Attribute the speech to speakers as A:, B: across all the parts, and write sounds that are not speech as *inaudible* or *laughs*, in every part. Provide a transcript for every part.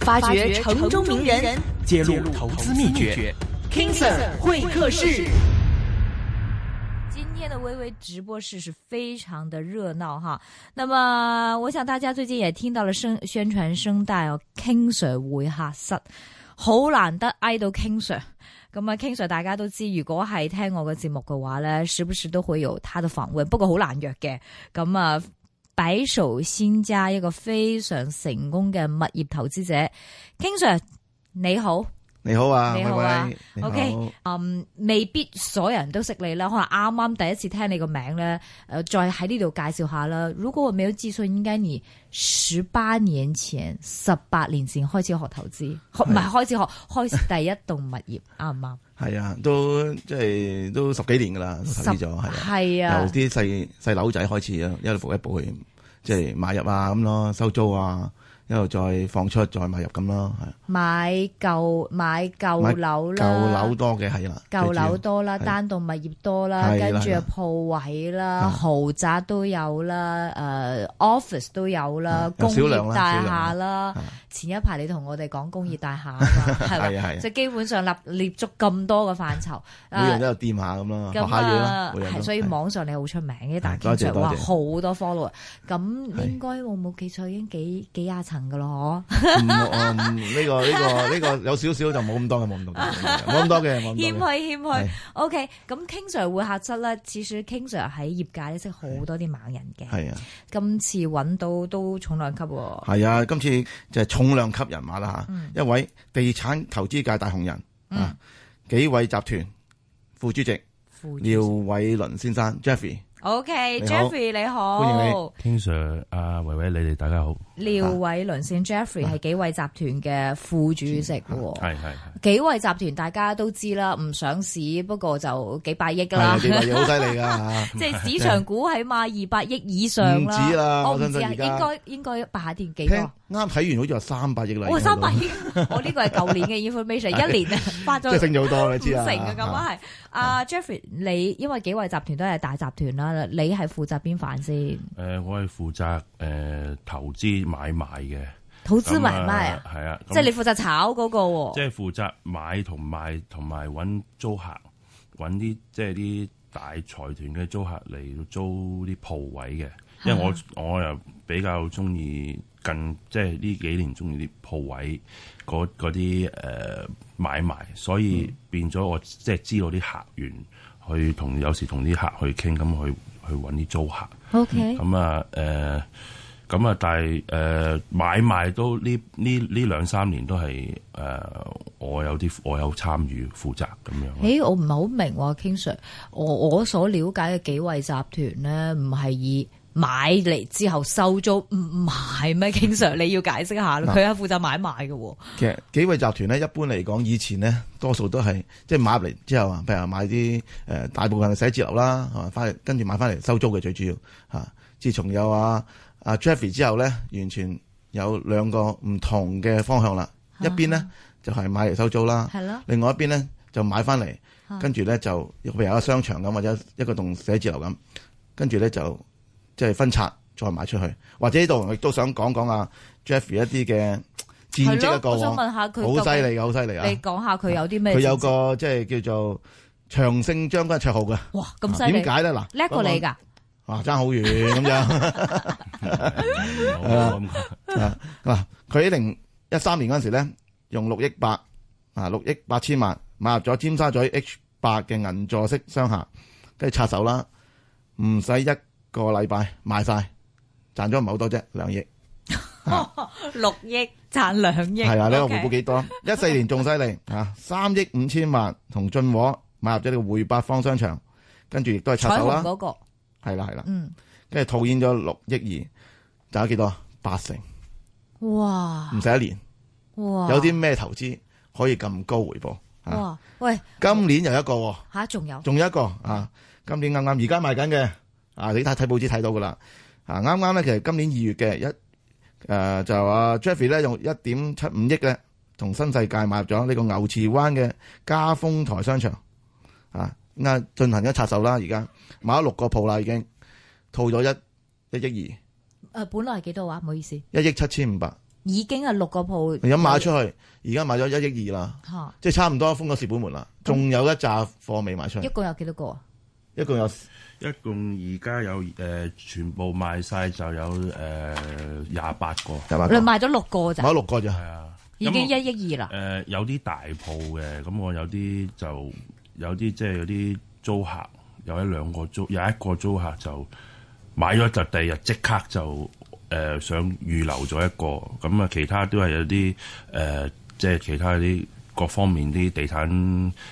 A: 发掘城中名人，
B: 揭露投资秘诀。
A: King Sir 会客室。
C: 今天的微微直播室是非常的热闹哈，那么我想大家最近也听到了声宣传声带哦，King Sir 會客室好難得嗌到 King Sir。咁啊，King Sir 大家都知，如果係聽我嘅節目嘅話咧，時不時都會有他的訪問，不過好難約嘅。咁啊，擺手先家一個非常成功嘅物業投資者，King Sir 你好。
D: 你好啊，
C: 你
D: 威
C: 好啊
D: 威，你好
C: OK 嗯，未必所有人都識你啦，可能啱啱第一次聽你個名咧，诶、再喺呢度介紹下啦。如果我沒有記錯，應該你十八年前、十八年前開始學投資，
D: 啊
C: 學唔係開始學，開始 *laughs* 第一棟物業，啱唔啱？
D: 係啊，都即係都十幾年噶啦，都投資咗係啊，
C: 係
D: 由
C: 啊，
D: 啲細細樓仔開始啊，一路步一步去即係買入啊咁咯，收租啊，一路再放出再買入咁咯，係啊
C: 買舊買
D: 買
C: 舊樓啦，
D: 舊樓多嘅係啦，
C: 舊樓多啦，
D: 係
C: 單棟物業多啦，
D: 係啦
C: 跟住
D: 係啦啊
C: 鋪位啦，
D: 係
C: 豪宅都有啦，誒、office 呃都有啦，
D: 啊係有
C: 工
D: 少量啦
C: 業大
D: 少
C: 廈
D: 量
C: 啦
D: 係。
C: 前一排你同我哋講工業大廈啊嘛，
D: *laughs*
C: 係
D: 係啊係
C: 咪？
D: 啊
C: 即係基本上立列足咁多嘅範疇。
D: 每人
C: 誒
D: 都有掂下咁咯，學
C: 咁
D: 下嘢
C: 啊
D: 啦，，每人都
C: 係所以
D: 係
C: 網上你好出名嘅，但係
D: 多謝
C: 經常
D: 多謝
C: 哇好多 follower，咁
D: 係
C: 應該我冇記錯已經幾幾廿層噶咯，嗬
D: 唔我唔呢個呢個呢個有少少就冇咁多嘅，冇咁多嘅，冇咁多嘅，
C: *laughs*
D: 冇
C: 謙
D: 咁多嘅。
C: 虛謙虛
D: 係。
C: OK，咁 King Sir 會客室咧，其實 King Sir 喺業界咧識好多啲猛人嘅。
D: 係啊，
C: 今次揾到都重量級喎。
D: 係啊，今次就係重量級人馬啦
C: 嗯
D: 嚇，一位地產投資界大紅人啊，幾位集團副主席廖偉倫先生 Jeffrey，你好
C: OK，Jeffrey 你
D: 歡
C: 好
D: 迎，
B: King Sir，阿維維，你哋大家好，
C: 廖偉倫先 Jeffrey
D: 啊
C: 係紀惠集團嘅副主席喎。
B: 係係係。
C: 紀惠集團大家都知啦，唔上市，不過就幾百億
D: 係
C: 㗎
D: 啊
C: 啦，
D: 幾位嘢好犀利啊㗎
C: *laughs* 即係市場股起碼二百億以上啦。
D: 唔止啦
C: 我
D: 我
C: 唔
D: 相
C: 知
D: 信
C: 啊，
D: 而
C: 應
D: 家
C: 該應該八點幾
D: 聽
C: 多？
D: 啱睇完好似話三百億啦，
C: 我
D: 已經
C: 三
D: 去到
C: 百億，我呢個係舊
D: *laughs*
C: 年嘅 information，一年啊發
D: 即
C: 咗
D: 係升咗好多，你
C: 五成
D: 知啊。
C: 嘅咁啊係。阿 Jeffrey，你因為紀惠集團都係大集團啦，你係負責邊範先？
B: 誒、我係負責誒、投資買賣嘅，
C: 投資
B: 咁
C: 買賣啊？
B: 係啊，咁
C: 即係你負責炒嗰個喎，
B: 即係負責買同賣同埋揾租客，揾啲即係啲大財團嘅租客嚟到租啲鋪位嘅，因為我我又比較中意近即係呢幾年中意啲鋪位嗰嗰啲誒買賣，所以變咗我即係知道啲客源去同有時同啲客去傾，咁去去揾啲租客。
D: 嗯
C: OK，
B: 咁啊誒，咁、啊，但係誒、呃、買賣都呢呢呢兩三年都係誒、呃我有啲我有參與負責咁樣。
C: 誒我唔係好明喎，King Sir，我我所了解嘅紀惠集團咧，唔係以買嚟之後收租唔賣咩？King Sir，你要解釋下啦，佢係負責買賣嘅喎，
D: 其實幾位集團咧，一般嚟講，以前咧多數都係即係買入嚟之後啊，譬如話買啲誒、呃大部分嘅寫字樓啦，係嘛，翻嚟跟住買翻嚟收租嘅最主要嚇、啊自從有啊啊 Jeffrey 之後咧，完全有兩個唔同嘅方向啦。一邊咧就係、買嚟收租啦，
C: 係咯，
D: 另外一邊咧就買翻
C: 啊
D: 嚟，跟住咧就譬如有一個商場咁，或者一個棟寫字樓咁，跟住咧就即係分拆再賣出去，或者呢度我亦都想講講啊 Jeffrey 一啲嘅戰
C: 係
D: 績嘅
C: 咯，
D: 過
C: 我想
D: 往，
C: 問下佢
D: 好
C: 究
D: 犀
C: 竟
D: 利嘅，好犀利
C: 你
D: 啊！
C: 講下佢有啲咩？
D: 佢有，個即係叫做長勝將軍綽號嘅，
C: 哇咁犀
D: 點
C: 利，
D: 解咧？嗱，
C: 叻過你㗎，
D: 哇，爭好遠咁樣
B: 我咁講
D: 嗱。啊佢喺零一三年嗰陣時咧，用六億八啊六億八千萬買入咗尖沙咀 H 八嘅銀座式商廈，跟住拆手啦，唔使一個禮拜賣晒，賺咗唔係好多啫，兩億。
C: 六億賺兩億，
D: 係啊，呢個
C: OK
D: 回報幾
C: *laughs*
D: 多？一四年仲犀利啊，三億五千萬同進和買入咗呢個匯百方商場，跟住亦都係拆
C: 彩
D: 手
C: 虹
D: 啦，
C: 嗰個，
D: 係啦係啦，
C: 嗯，
D: 跟住套現咗六億二，賺咗幾多？八成，
C: 哇
D: 唔使一年。
C: 哇，
D: 嗯有啲咩投資可以咁高回報？啊，
C: 哇，喂
D: 今年又一個喎，
C: 吓仲有。
D: 仲有一個啊，今年啱啱而家賣緊嘅啊，你睇睇報紙睇到噶啦啊，啱啱咧其實今年二月嘅一誒、呃就啊 Jeffrey 咧用一點七五億咧同新世界買入咗呢個牛池灣嘅嘉豐台商場啊，咁啊進行咗拆售啦，而家買咗六個鋪啦已經，套咗一一億
C: 誒、本來係幾多話？唔好意思，
D: 二一億七千五百
C: 已經係六個鋪
D: 你咁買咗出去，而家買咗一億二啦，
C: 嚇，
D: 即係差唔多封咗蝕本門啦，仲有一紮貨未賣出
C: 一
D: 去，
C: 共有幾多個啊？
D: 一共有
B: 一共而家有誒、呃全部賣晒就有誒廿八個，
D: 廿八
C: 你
D: 個，買
C: 賣咗六個咋，
D: 咗六個咋，
B: 係啊，
C: 已經
B: 咁我
C: 一億二
B: 誒、
C: 啦。
B: 呃有啲大鋪嘅，咁我有啲就有啲即係有啲租客有一兩個租，有一個租客啊就買咗就第二日即刻就誒、呃想預留咗一個，咁啊其他都係有啲誒、呃即係其他啲各方面啲地產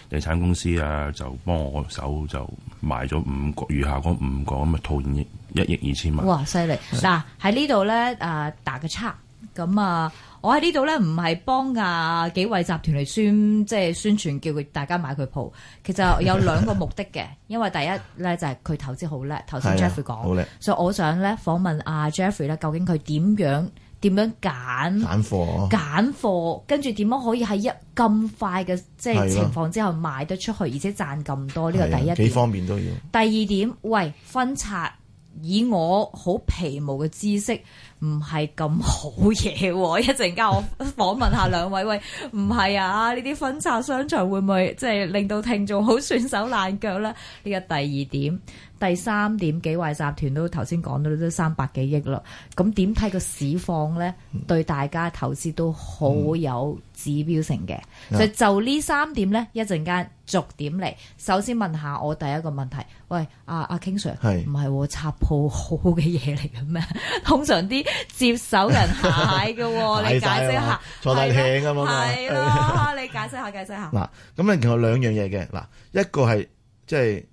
B: 地產公司啊，就幫我手就買咗五個，餘下嗰五個咁啊套現一一億二千萬。
C: 哇，犀利！嗱喺呢度咧，誒打個叉咁啊！我喺呢度咧，唔係幫啊幾位集團嚟宣，即係宣傳叫佢大家買佢鋪。
D: *laughs*
C: 其實有兩個目的嘅，因為第一咧就係佢投資好叻，頭先
D: 係啊
C: Jeffrey 講
D: 好，叻，
C: 所以我想咧訪問阿 Jeffrey 咧，究竟佢點樣點樣揀
D: 散貨，
C: 嗯
D: 哦
C: 揀貨，跟住點樣可以喺一咁快嘅即
D: 係
C: 係
D: 咯
C: 情況之後賣得出去，而且賺咁多？呢個
D: 係啊
C: 第
D: 幾
C: 一點。
D: 方面都要，
C: 第二點，喂，分拆以我好皮毛嘅知識，唔係咁好嘢喎。 *laughs* 一陣間我訪問下兩位，喂，唔係啊？呢啲分拆商場會唔會即係令到聽眾好損手爛腳呢？呢個第二點，第三點，幾位集團都頭先講到都三百幾億啦。咁點睇個市況呢？
D: 嗯
C: 對大家投資都好有指標性嘅。
D: 嗯
C: 所以就呢三點呢，一陣間逐點嚟。首先問下我第一個問題，喂，阿阿 King Sir，
D: 係
C: 唔係喎插鋪好嘅嘢嚟嘅咩？通常啲接手人下蟹嘅
D: *laughs*
C: 喎，
D: 買晒
C: 你解釋
D: 啊嘛
C: 下，
D: 坐大艇啊嘛嘛，
C: 係啦，你解釋下，解釋下，
D: 嗱，咁咧其實有兩樣嘢嘅，嗱，一個係即係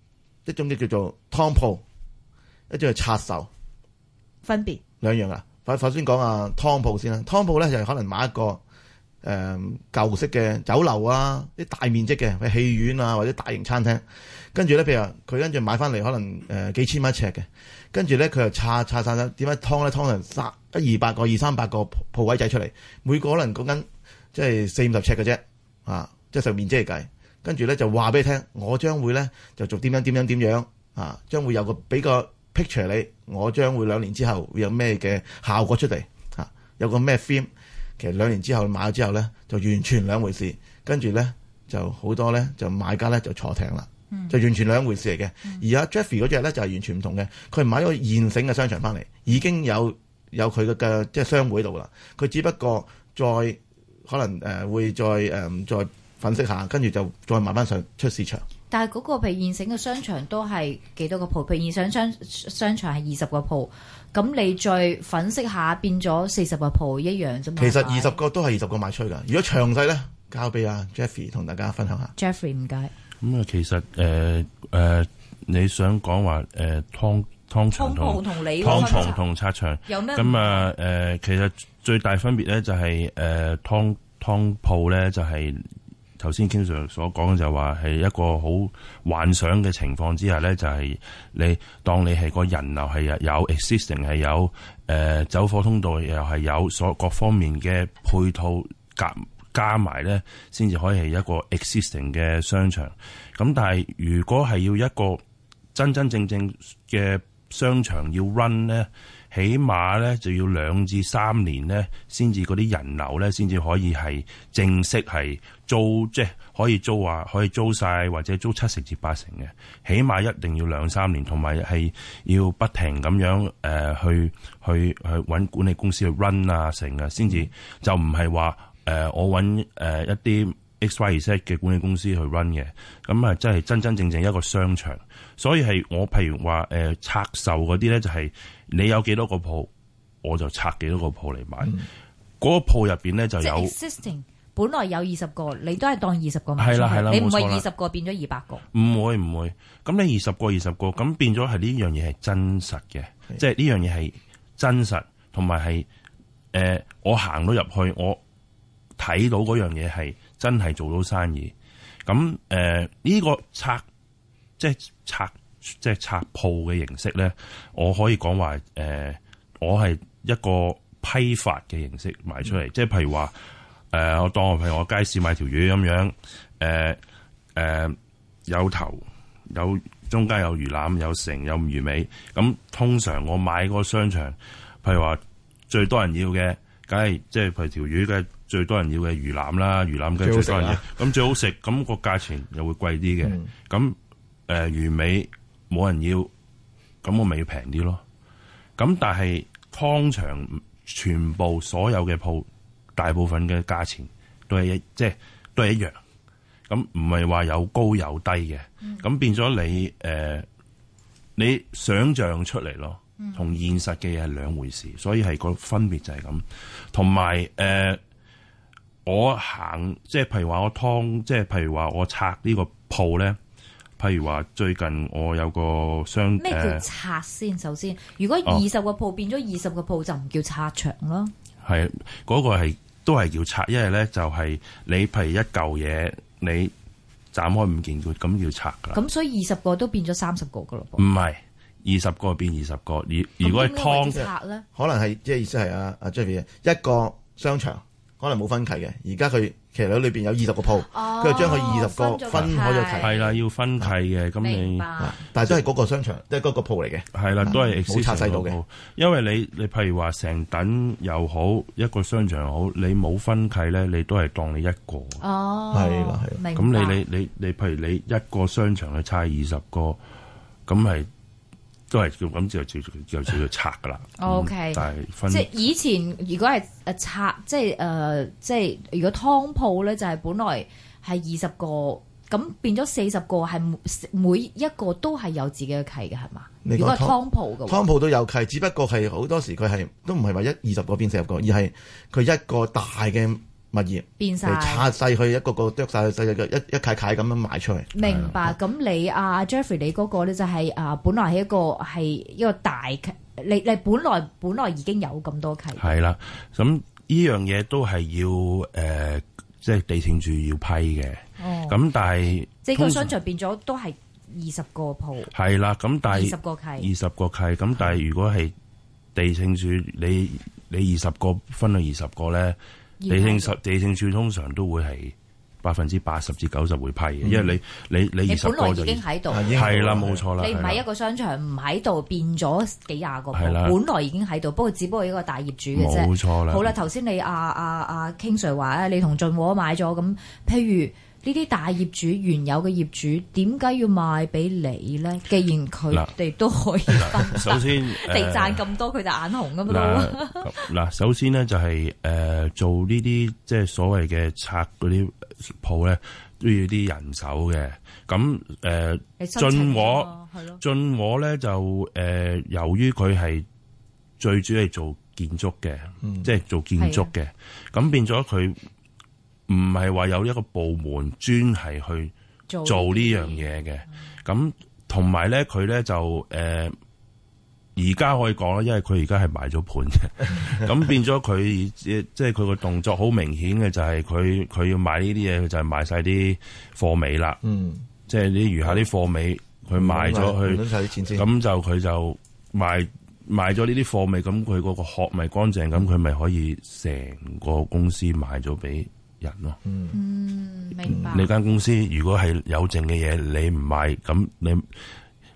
D: 一種叫做湯鋪，一種係拆售，
C: 分別
D: 兩樣啊。首首先講啊湯鋪先啦，湯鋪咧就係可能買一個誒、舊式嘅酒樓啊，啲大面積嘅，譬如戲院啊或者大型餐廳，跟住咧譬如話佢跟住買翻嚟可能誒、幾千蚊一尺嘅，跟住咧佢又拆拆晒啦，點解湯咧湯成三一二百個二三百個鋪鋪位仔出嚟，每個可能講緊即係四五十尺嘅啫，啊，即係就面積嚟計，跟住咧就話俾你聽，我將會咧就做點樣點樣點樣啊，將會有個俾個 picture 你，我將會兩年之後會有咩嘅效果出嚟啊，有個咩 theme，其實兩年之後買咗之後咧就完全兩回事，跟住咧就好多咧就買家咧就坐艇啦。就完全兩回事嚟嘅，而阿 Jeffrey 嗰只咧就係完全唔同嘅，佢買咗現成嘅商場翻嚟，已經有有佢嘅嘅即係商會度啦，佢只不過再可能誒、呃、會再誒、呃再粉飾下，跟住就再慢慢上出市場。
C: 但係嗰個譬如現成嘅商場都係幾多個鋪？譬如現成商商場係二十個鋪，咁你再粉飾下變咗四十個鋪一樣啫嘛。
D: 其實
C: 係咪
D: 二十個都係二十個賣出㗎。如果詳細咧，交俾阿 Jeffrey 同大家分享下。
C: Jeffrey 唔解，
B: 咁啊，其實誒誒、呃你想講話誒湯湯場
C: 通
B: 同
C: 鋪同你
B: 湯
C: 嗰個
B: 床同拆場。
C: 有咩唔
B: 咁啊，誒、其實最大分別咧就係、誒、湯湯鋪咧就係頭先 King Sir 所講嘅就話係一個好幻想嘅情況之下咧，就係、你當你係個人流係有 existing 係有誒、走火通道又係有所各方面嘅配套夾加埋咧，先至可以係一個 existing 嘅商場。咁但係如果係要一個真真正正嘅商場要 run 咧，起碼咧就要兩至三年咧，先至嗰啲人流咧，先至可以係正式係租，即係可以租啊，可以租晒或者租七成至八成嘅，起碼一定要兩三年，同埋係要不停咁樣誒、呃去去去揾管理公司去 run 啊成啊，先至就唔係話誒我揾誒、呃一啲 X Y Z 嘅管理公司去 run 嘅，咁啊真係真真正正一個商場。所以係我譬如話誒、呃拆售嗰啲咧，就係、你有幾多個鋪，我就拆幾多個鋪嚟買。嗰、個鋪入邊咧就
C: 嗯即係
B: 有
C: existing 本來有二十個，你都係當二十個賣
B: 係啦
C: 出去
B: 係啦
C: 你唔
B: 冇
C: 係
B: 錯啦
C: 二十個變咗二百個。
B: 唔會唔會，咁你二十個二十個，咁變咗係呢樣嘢係真實嘅，即係呢樣嘢係真實，同埋係誒我行到入去，我睇到嗰樣嘢係真係做到生意。咁誒呢個拆即係拆即係拆鋪嘅形式咧，我可以講話誒，我係一個批發嘅形式賣出嚟，即係譬如話誒、呃我當我譬如我街市買條魚咁樣，誒、誒、呃有頭有中間有魚腩有成有魚尾，咁通常我買嗰個商場，譬如話最多人要嘅，梗係即係譬如條魚梗係最多人要嘅魚腩啦，魚腩梗係
D: 最好食啊嗯
B: 最多人
D: 啦
B: 要，咁最好食，咁個價錢又會貴啲嘅。咁誒、呃魚尾冇人要，咁我咪要平啲咯。咁但係湯場全部所有嘅鋪，大部分嘅價錢都係一即係都係一樣。咁唔係話有高有低嘅，
C: 嗯
B: 咁變咗你誒、呃你想像出嚟咯，
C: 嗯
B: 同現實嘅嘢係兩回事，所以係個分別就係咁。同埋誒，我行即係譬如話我劏，即係譬如話我拆呢個鋪咧，譬如話最近我有個商呃
C: 咩
B: 誒
C: 叫拆先？首先，如果
B: 哦
C: 二十個鋪變咗二十個鋪，就唔叫拆牆咯。
B: 係嗰、個係都係叫拆，因為咧就係、你譬如一嚿嘢，你斬開五件佢咁叫拆㗎啦。
C: 咁所以二十個都變咗三十個噶咯
B: 唔
C: 噃。
B: 係二十個變二十個，而嗯如果
C: 咁
B: 係
C: 點解為
B: 湯
C: 之拆咧，
D: 可能係即係意思係啊啊 Javi 一個商場可能冇分契嘅，而家佢騎樓裏邊有二十個鋪，
C: 哦
D: 佢就將佢二十個分開咗
C: 分
D: 契
C: 咗，
B: 係啦，要分契嘅，咁
C: 明
B: 你
C: 白。
D: 啊但係都係嗰個商場，都係嗰個鋪嚟嘅。
B: 係啦，都係
D: 嗯冇拆細到嘅
B: existing 嗰個，因為你你譬如話成等又好，一個商場又好，你冇分契咧，你都係當你一個。
C: 哦，
D: 係啦係啦
C: 明白。
B: 咁你你你你，譬如你一個商場去拆二十個，咁係都係叫咁就叫就叫做拆噶啦。
C: O K
B: 嗯但係分
C: 即係以前如果係誒拆，即係誒、呃即係如果湯鋪咧，就係本來係二十個，咁變咗四十個，係每每一個都係有自己嘅契嘅，係嘛？
D: 你講
C: 如果係
D: 湯
C: 湯鋪嘅話，
D: 湯鋪都有契，只不過係好多時佢係都唔係話一二十個變四十個，而係佢一個大嘅物業
C: 變晒
D: 嚟。拆細佢一個個剁晒佢細細一一契契咁樣賣出去。
C: 明白，咁你啊 Jeffrey，你嗰個咧就係、啊，本來係一個係一個大契，你你本來本來已經有咁多契，
B: 係啦，咁呢樣嘢都係要誒、呃即係地政處要批嘅。
C: 哦，
B: 咁但係
C: 即係個
B: 通
C: 商
B: 常
C: 場變咗都係二十個鋪，
B: 係啦，咁但
C: 二
B: 係
C: 十個契，
B: 二十個契，咁但係如果係地政處，你你二十個分去二十個咧，地政
C: 二十
B: 處地政處通常都會係百分之八十至九十會批嘅，因為你你你
C: 嗯你
B: 二十
C: 本來
B: 個就
C: 已經喺度。
D: 啊已經
B: 係啦，冇錯啦，
C: 你唔係一
B: 啦
C: 個商場唔喺度變咗幾廿個
B: 係啦
C: 鋪，本來已經喺度，不過只不過一個大業主嘅啫。
B: 冇錯啦，嗯
C: 好啦，頭先你啊啊啊 King Sir 話啊，你同進和買咗咁，譬如呢啲大業主原有嘅業主，點解要賣俾你咧？既然佢
B: 嗱
C: 哋都可以分， *laughs*
B: 首先
C: 地賺
B: 誒
C: 咁多，佢就眼紅噶嘛都。
B: 嗱嗱，首先咧就係、誒、做呢啲即係所謂嘅拆嗰啲鋪咧，都要啲人手嘅。咁呃誒、
C: 你申請
B: 進和
C: 啫嘛係咯，
B: 進我咧就誒、呃由於佢係最主要係做建築嘅，即係啊做建築嘅，咁變咗佢唔係話有一個部門專係去
C: 做
B: 做呢嗯樣嘢嘅，咁同埋咧佢咧就誒。呃而家可以講啦，因為佢而家係買咗盤嘅，咁變咗佢即即係佢個動作好明顯嘅，就係佢佢要買呢啲嘢，佢就係買晒啲貨尾啦，
D: 嗯，
B: 即係啲餘下啲貨尾佢
D: 啊
B: 賣咗去。
D: 揾晒啲錢先。
B: 咁就佢就賣賣咗呢啲貨咪，咁佢嗰個殼咪乾淨，咁佢咪可以成個公司賣咗俾人咯。
C: 嗯，明白。
B: 你間公司如果係有剩嘅嘢，你唔賣，咁你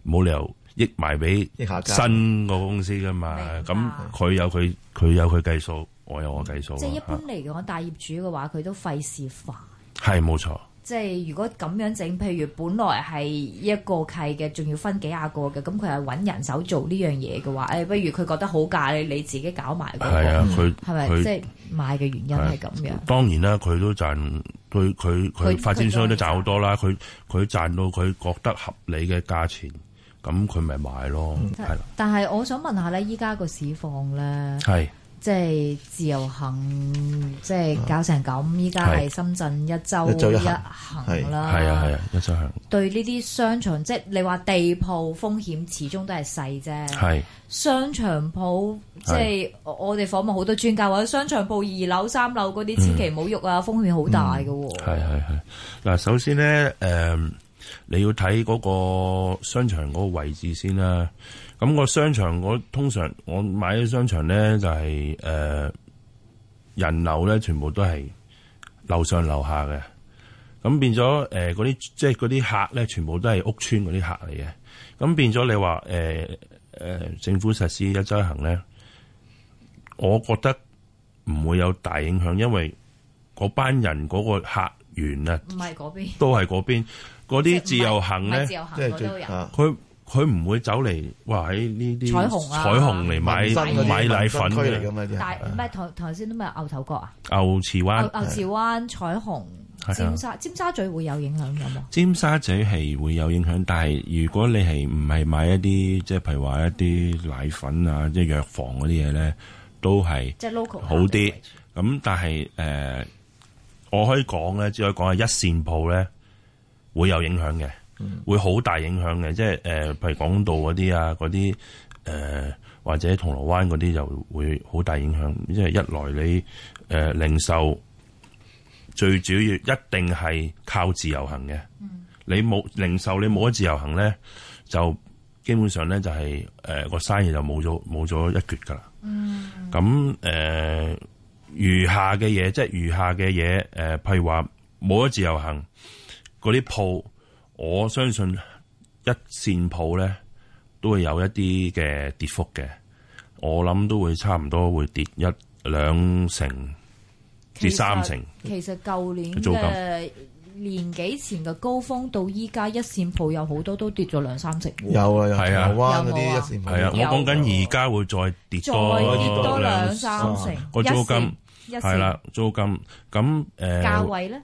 B: 冇理由益埋俾
D: 益下家
B: 新個公司噶嘛
C: 明白。
B: 咁佢有佢佢有佢計數，我有我計數
C: 即係一般
B: 啊。
C: 嚟講，大業主嘅話，佢都費事煩。
B: 係冇錯，
C: 即係如果咁樣整，譬如本來係一個契嘅，仲要分幾廿個嘅，咁佢係揾人手做呢樣嘢嘅話，誒、不如佢覺得好價，你你自己搞埋嗰、個，
B: 係啊，佢
C: 係咪？
B: 佢
C: 即係賣嘅原因係咁樣。
B: 當然啦，佢都賺，佢佢
C: 佢
B: 佢發展商都賺好多啦。佢佢賺到佢覺得合理嘅價錢，咁佢咪買咯，係啦，
C: 但係我想問下咧，依家個市況咧，
B: 係
C: 即係自由行，即係搞成咁，依家係
B: 係
C: 深圳一周
D: 一周一
C: 一
D: 行
C: 行啦。
B: 係啊係啊，一周行
C: 對呢啲商場，即係你話地鋪風險始終都係細啫。
B: 係
C: 商場鋪即
B: 係
C: 係我我哋訪問好多專家話，商場鋪二樓、三樓嗰啲千祈唔好喐啊，風險好大嘅喎。
B: 係係係。嗱，首先咧，誒、你要睇嗰個商場嗰個位置先啦。咁、個商場我通常我買嘅商場咧就係、誒、人流咧全部都係樓上樓下嘅，咁變咗誒嗰啲即係嗰啲客咧全部都係屋村嗰啲客嚟嘅，咁變咗你話誒誒政府實施一周一行咧，我覺得唔會有大影響，因為嗰班人嗰個客源啊，
C: 唔係嗰邊，
B: 都係嗰邊
C: 即係
B: 嗰啲
C: 唔係
B: 自由行
C: 唔
B: 咧
C: 係自。由行
D: 即係
C: 我
D: 最
C: 都有。
D: 啊
B: 佢佢唔會走嚟話喺呢啲
C: 彩虹啊
B: 彩虹嚟買
D: 民生嗰啲
B: 買奶粉
D: 民生區嚟㗎
B: 嘅
D: 嘛啲啊
C: 但
D: 係。
C: 唔係頭頭先都咪牛頭角啊，
B: 牛池
C: 牛
B: 灣
C: 牛、池灣、彩虹、
B: 係啊
C: 尖沙、尖沙咀會有影響㗎嘛？
B: 尖沙咀係會有影響，但係如果你係唔係買一啲即係譬如話一啲奶粉啊、即係藥房嗰啲嘢咧，都係
C: 即係 local
B: 好啲咁。但係誒、呃我可以講咧，只可以講係一線鋪咧會有影響嘅，會好大影響嘅。即係誒、呃譬如港島嗰啲啊，嗰啲誒或者銅鑼灣嗰啲就會好大影響。因為一來你誒、呃零售最主要一定係靠自由行嘅，你冇零售你冇咗自由行咧，就基本上咧就係誒個生意就冇咗冇咗一橛噶啦。咁誒、呃餘下嘅嘢，即係餘下嘅嘢，誒、譬如話冇咗自由行嗰啲鋪，我相信一線鋪咧都會有一啲嘅跌幅嘅，我諗都會差唔多會跌一兩成至三成。
C: 其實舊年
B: 租金
C: 嘅年幾前嘅高峰到依家，一線鋪有好多都跌咗兩三成。
D: 有啊，有
B: 係啊
D: 銅鑼灣嗰啲一
C: 有冇啊
D: 線
B: 係啊，我
C: 有
B: 講緊而家會再跌
C: 再
B: 多
C: 跌多兩三成
B: 個租金
C: 一線
B: 係啦，租金咁誒、
C: 一線價位咧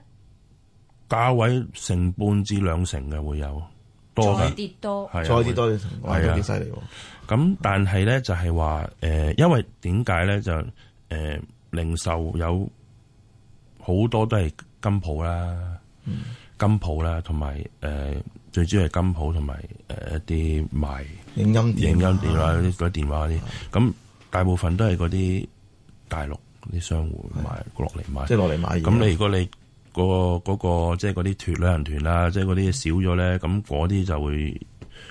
B: 價位成半至兩成嘅會有多
C: 再
B: 嘅，
C: 跌多，
B: 係啊
D: 再啲多啲，哇，
B: 係啊
D: 都幾犀利喎！
B: 咁但係咧就係話誒，因為點解咧就誒、呃零售有好多都係金鋪啦，
C: 嗯
B: 金鋪啦，同埋誒最主要係金鋪同埋誒一啲賣
D: 影音
B: 影音啊
D: 店，啊
B: 電話嗰啲嗰啲電話嗰啲，咁大部分都係嗰啲大陸啲商戶買落嚟買
D: 即係。落嚟買嘢。
B: 咁你如果你嗰、個嗰、個即係嗰啲團旅行團啦，即係嗰啲少咗咧，咁嗰啲就會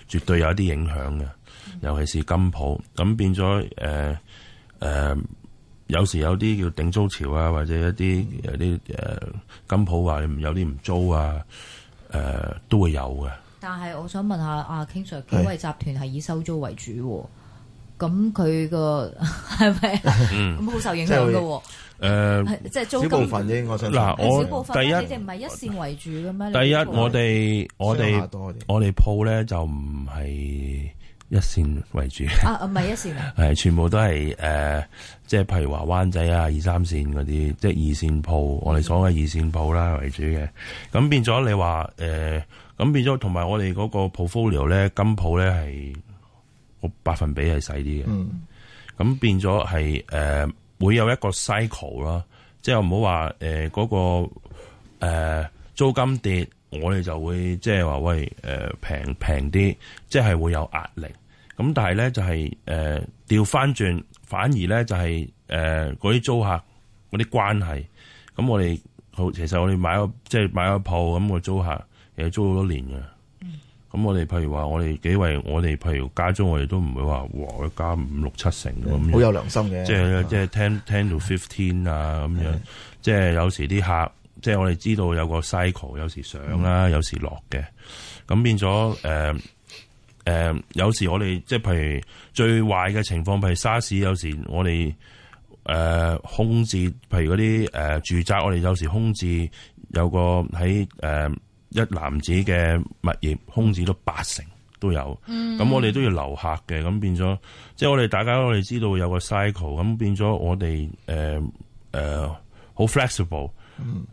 B: 絕對有一啲影響嘅，尤其是金鋪，咁變咗誒誒，有時有啲叫頂租潮啊，或者一啲有啲誒呃金鋪話有啲唔租啊，誒、都會有嘅。
C: 但係我想問下啊，King Sir，
D: 係
C: 幾位集團係以收租為主喎，咁佢個係咪啊
B: 嗯
C: 咁好受影響嘅喎？
B: 誒、
C: 係即係租
D: 小
C: 金
D: 部分啫，我相信。
B: 嗱
C: 係
B: 我
C: 小部分啦
B: 第一
C: 你哋唔係一線為主嘅咩？
B: 第
C: 你
B: 一，
C: 哋
B: 我哋我
D: 商廈
B: 哋
D: 多啲，
B: 我哋鋪咧就唔係一線為主。 *laughs*
C: 啊，唔係一線啊，
B: 係全部都係誒、呃即係譬如話灣仔啊、二三線嗰啲，即係二線鋪，我哋所謂二線鋪啦為主嘅。咁變咗你話誒，咁、變咗同埋我哋嗰個 portfolio 咧，金鋪咧係個百分比係細啲嘅。
D: 嗯，
B: 咁變咗係誒會有一個 cycle 啦，即係唔好話誒嗰個呃租金跌，我哋就會即係話喂誒平平啲，即係會有壓力。咁但係咧就係誒調翻轉，反而咧就係誒嗰啲租客嗰啲關係，咁我哋好其實我哋買個即係買個鋪咁個租客，其實租好多年嘅。咁我哋譬如話，我哋幾位我哋譬如加租，我哋都唔會話哇加五六七成咁
D: 好
B: 樣，
D: 有良心嘅。啊
B: 即係即係 ten ten 到 fifteen 啊咁樣，即係有時啲客，即係我哋知道有個 cycle，有時上啦，有時落嘅，咁變咗誒誒，有時我哋即係譬如最壞嘅情況，譬如沙士，有時我哋。誒、呃空置，譬如嗰啲誒住宅，我哋有時空置有個喺誒、呃一籃子嘅物業空置咗八成都有，咁、我哋都要留客嘅，咁變咗即係我哋大家我哋知道有個 cycle，咁變咗我哋誒誒好 flexible，誒、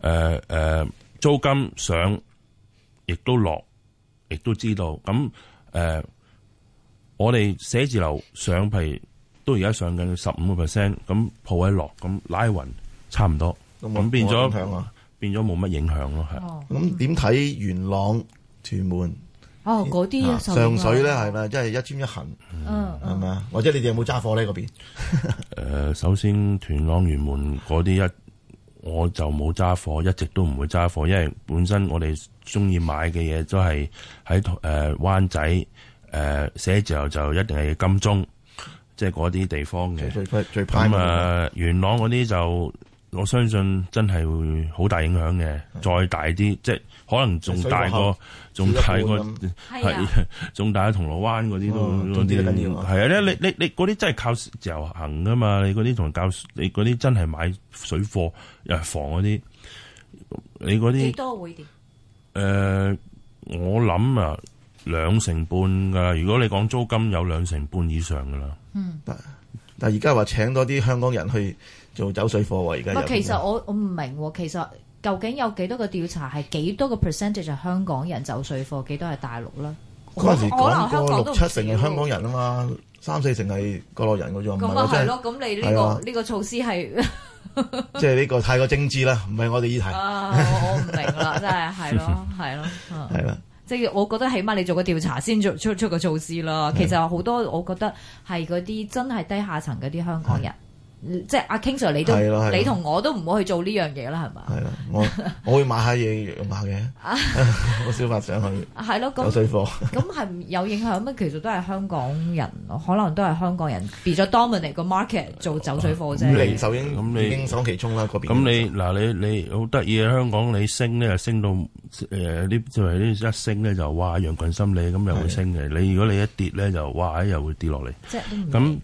B: 誒、呃租金上亦都落，亦都知道咁誒、我哋寫字樓上譬如。都而家上緊十五個 percent，咁鋪位落，咁拉勻差唔多，
D: 都冇
B: 咁變
D: 冇影響
B: 咗
D: 啊
B: 變咗冇乜影響咯，係。
C: 哦，
D: 咁點睇元朗、屯門、 *laughs*
C: 哦，嗰啲
D: 啊
C: 啊受影響
D: 上水咧？係咪？即係一尖一痕，
C: 嗯
D: 係咪啊？或者你哋有冇揸貨咧？嗰邊
B: 誒、呃首先屯朗元門嗰啲一我就冇揸貨，一直都唔會揸貨，因為本身我哋中意買嘅嘢都係喺誒灣仔誒、呃、寫字樓就一定係金鐘，即係嗰啲地方嘅呃
D: 最。最最最派
B: 咁啊，元朗嗰啲就我相信真係會好大影響嘅，再大啲，即係可能仲
D: 嗯水
B: 大
D: 過
B: 過
D: 河，
B: 仲大過
D: 輸一半，
C: 係啊，
B: *laughs* 仲大過銅鑼灣嗰啲都
D: 嗯
B: 嗰
D: 仲跌
B: 啲
D: 得緊要啊
B: 係啊，你你你嗰啲真係靠自由行噶嘛，你嗰啲同教你嗰啲真係買水貨又係房嗰啲，你嗰
C: 幾
B: 啲
C: 多會跌？
B: 誒，我諗啊兩成半噶，如果你講租金有兩成半以上噶啦。
D: 但係而家話請多啲香港人去做走水貨喎，而家
C: 唔
D: 有
C: 係，其實我我唔明喎，其實究竟有幾多個調查係幾多個 percentage 係香港人走水貨，幾多係大陸啦？
D: 嗰陣時
C: 我可能
D: 講過
C: 香港都
D: 六
C: 唔
D: 七成係
C: 少
D: 香港人啊嘛，三四成係國內人嘅啫，唔係
C: 咁
D: 我
C: 啊係
D: 真係
C: 咯，咁你呢、
D: 係
C: 個
D: 啊
C: 呢、個措施係
D: *laughs* 即係呢個太過精緻啦，唔係我哋議題
C: 啊，我我唔明啦，真係係
B: *laughs*
C: 咯係咯，嗯
D: 係啦。
C: 即係我覺得起碼你做個調查先做出出個措施啦。其實好多我覺得係嗰啲真係低下層嗰啲香港人，嗯即係阿 King Sir 你都
D: 係咯係咯
C: 你同我都唔會去做呢樣嘢啦，係嘛？
D: 係啦，我我會買下嘢用下嘅， *laughs* 好少發上去
C: 係咯，
D: 有
C: 啊咁
D: 水貨。
C: *laughs* 咁係唔有影響咩？其實都係香港人，可能都係香港人變咗 dominate 個 market 做走水貨啫。
D: 咁零售已經
B: 咁你
D: 已經爽其衝啦，嗰邊。
B: 咁你嗱你你好得意啊！香港你升咧，就升到呃誒呢就係呢一升咧就哇羊群心理咁又會升嘅。你如果你一跌咧就哇又會跌落嚟。
C: 即係嗯都唔
B: 咁